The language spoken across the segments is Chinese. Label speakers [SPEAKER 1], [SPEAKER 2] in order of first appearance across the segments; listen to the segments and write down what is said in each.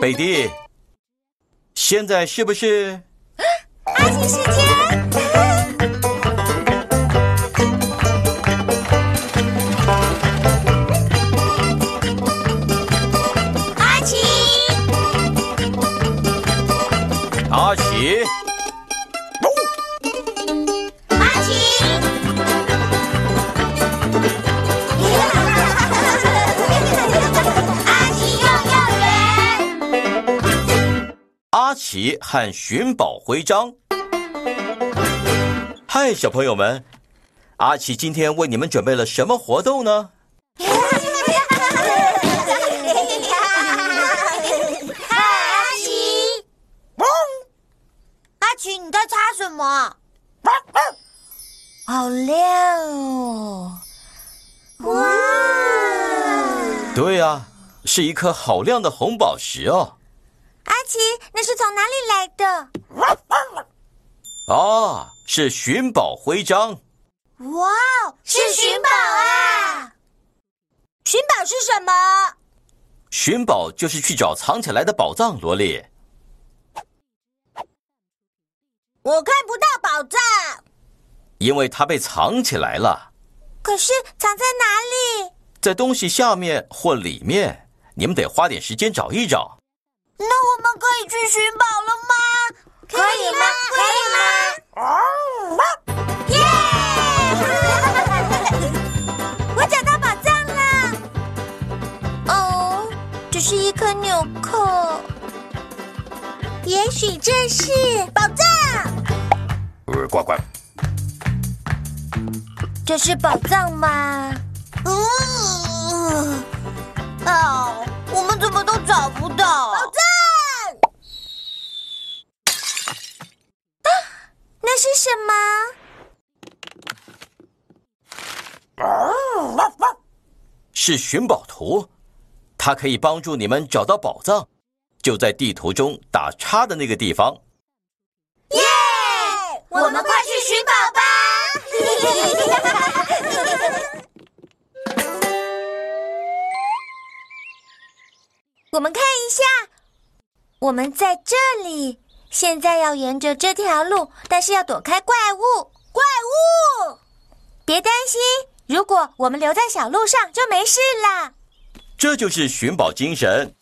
[SPEAKER 1] 北地，现在是不是？
[SPEAKER 2] 阿信时间，阿奇，
[SPEAKER 1] 阿奇，哦
[SPEAKER 2] 阿奇。阿奇幼幼园，
[SPEAKER 1] 阿奇和寻宝徽章。嗨，小朋友们，阿奇今天为你们准备了什么活动呢？
[SPEAKER 2] 阿奇，阿奇，你在擦什么？好亮哦！哇，
[SPEAKER 1] 对啊，是一颗好亮的红宝石哦。
[SPEAKER 2] 阿奇，那是从哪里来的？
[SPEAKER 1] 啊，是寻宝徽章。
[SPEAKER 2] 哇，是寻宝啊！寻宝是什么？
[SPEAKER 1] 寻宝就是去找藏起来的宝藏，萝莉。
[SPEAKER 2] 我看不到宝藏，
[SPEAKER 1] 因为它被藏起来了，
[SPEAKER 2] 可是藏在哪里？
[SPEAKER 1] 在东西下面或里面，你们得花点时间找一找。
[SPEAKER 2] 那我们可以去寻宝了吗？可以吗？可以吗？耶！哦 我找到宝藏了。哦，这是一颗纽扣，也许这是宝藏。
[SPEAKER 1] 呃，呱呱。
[SPEAKER 2] 这是宝藏吗？嗯，哦，我们怎么都找不到宝藏？那是什么？
[SPEAKER 1] 是寻宝图，它可以帮助你们找到宝藏，就在地图中打叉的那个地方。
[SPEAKER 2] 耶！我们快去寻宝吧！ 我们看一下，我们在这里，现在要沿着这条路，但是要躲开怪物。怪物，别担心，如果我们留在小路上就没事了。
[SPEAKER 1] 这就是寻宝精神。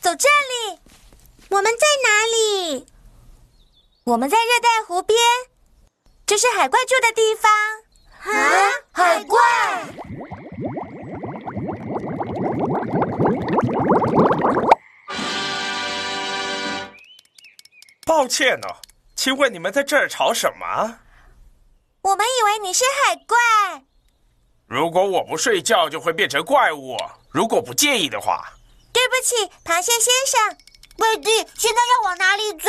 [SPEAKER 2] 走这里，我们在哪里？我们在热带湖边，这是海怪住的地方。啊，海怪！
[SPEAKER 3] 抱歉呢、请问你们在这儿吵什么？啊
[SPEAKER 2] 我们以为你是海怪，
[SPEAKER 3] 如果我不睡觉，就会变成怪物。如果不介意的话，
[SPEAKER 2] 对不起，螃蟹先生。贝蒂，现在要往哪里走？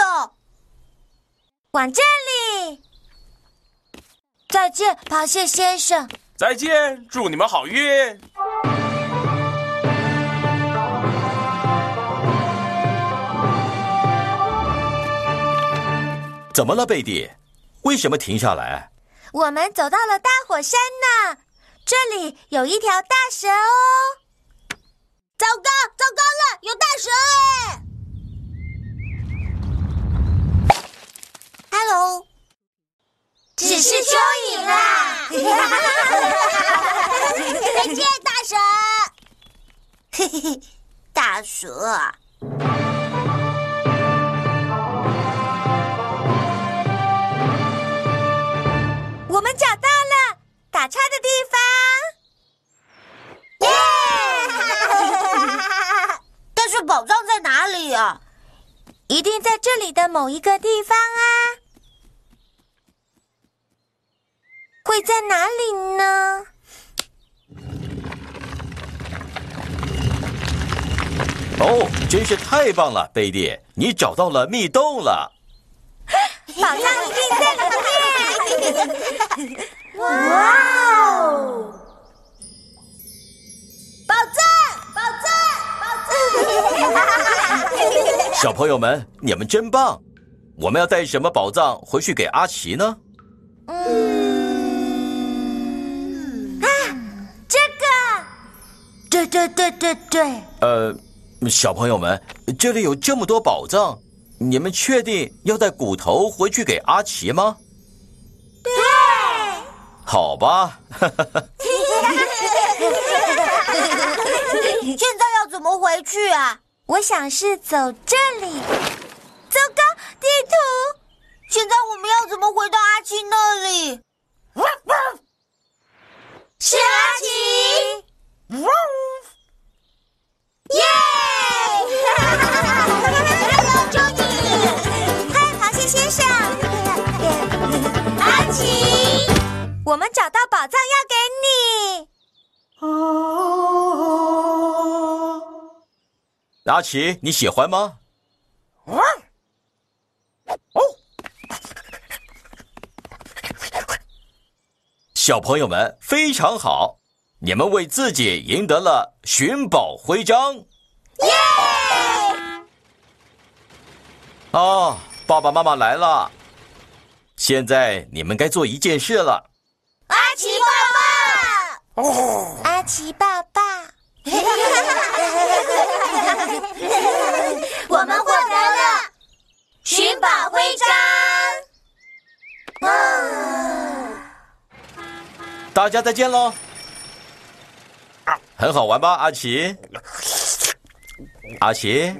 [SPEAKER 2] 往这里。再见，螃蟹先生。
[SPEAKER 3] 再见，祝你们好运。
[SPEAKER 1] 怎么了，贝蒂？为什么停下来？
[SPEAKER 2] 我们走到了大火山呢，这里有一条大蛇哦。糟糕，糟糕了，有大蛇哎！Hello，只是蚯蚓啊 啦。再见，大蛇。 嘿嘿嘿，大蛇啊。我们找到了打叉的地方， 耶！但是宝藏在哪里啊？一定在这里的某一个地方啊。会在哪里呢？
[SPEAKER 1] 哦，真是太棒了，贝蒂，你找到了蜜洞了。
[SPEAKER 2] 宝藏一定在里 面。哇哦！宝藏，宝藏，宝藏！
[SPEAKER 1] 小朋友们，你们真棒！我们要带什么宝藏回去给阿奇呢？
[SPEAKER 2] 嗯，啊，这个，对对对对对，
[SPEAKER 1] 呃，小朋友们，这里有这么多宝藏，你们确定要带骨头回去给阿奇吗？对。好吧，
[SPEAKER 2] 现在要怎么回去啊？我想是走这里。糟糕，地图！现在我们要怎么回到阿奇那里？是阿奇！耶！嗨，螃蟹先生，阿奇，我们找到宝藏要给你。
[SPEAKER 1] 阿奇，你喜欢吗？小朋友们非常好，你们为自己赢得了寻宝徽章。耶！哦，爸爸妈妈来了。现在你们该做一件事了。
[SPEAKER 2] 阿奇爸爸，阿奇爸爸， 我们获得了寻宝徽章。
[SPEAKER 1] 大家再见喽！很好玩吧，阿奇？阿奇？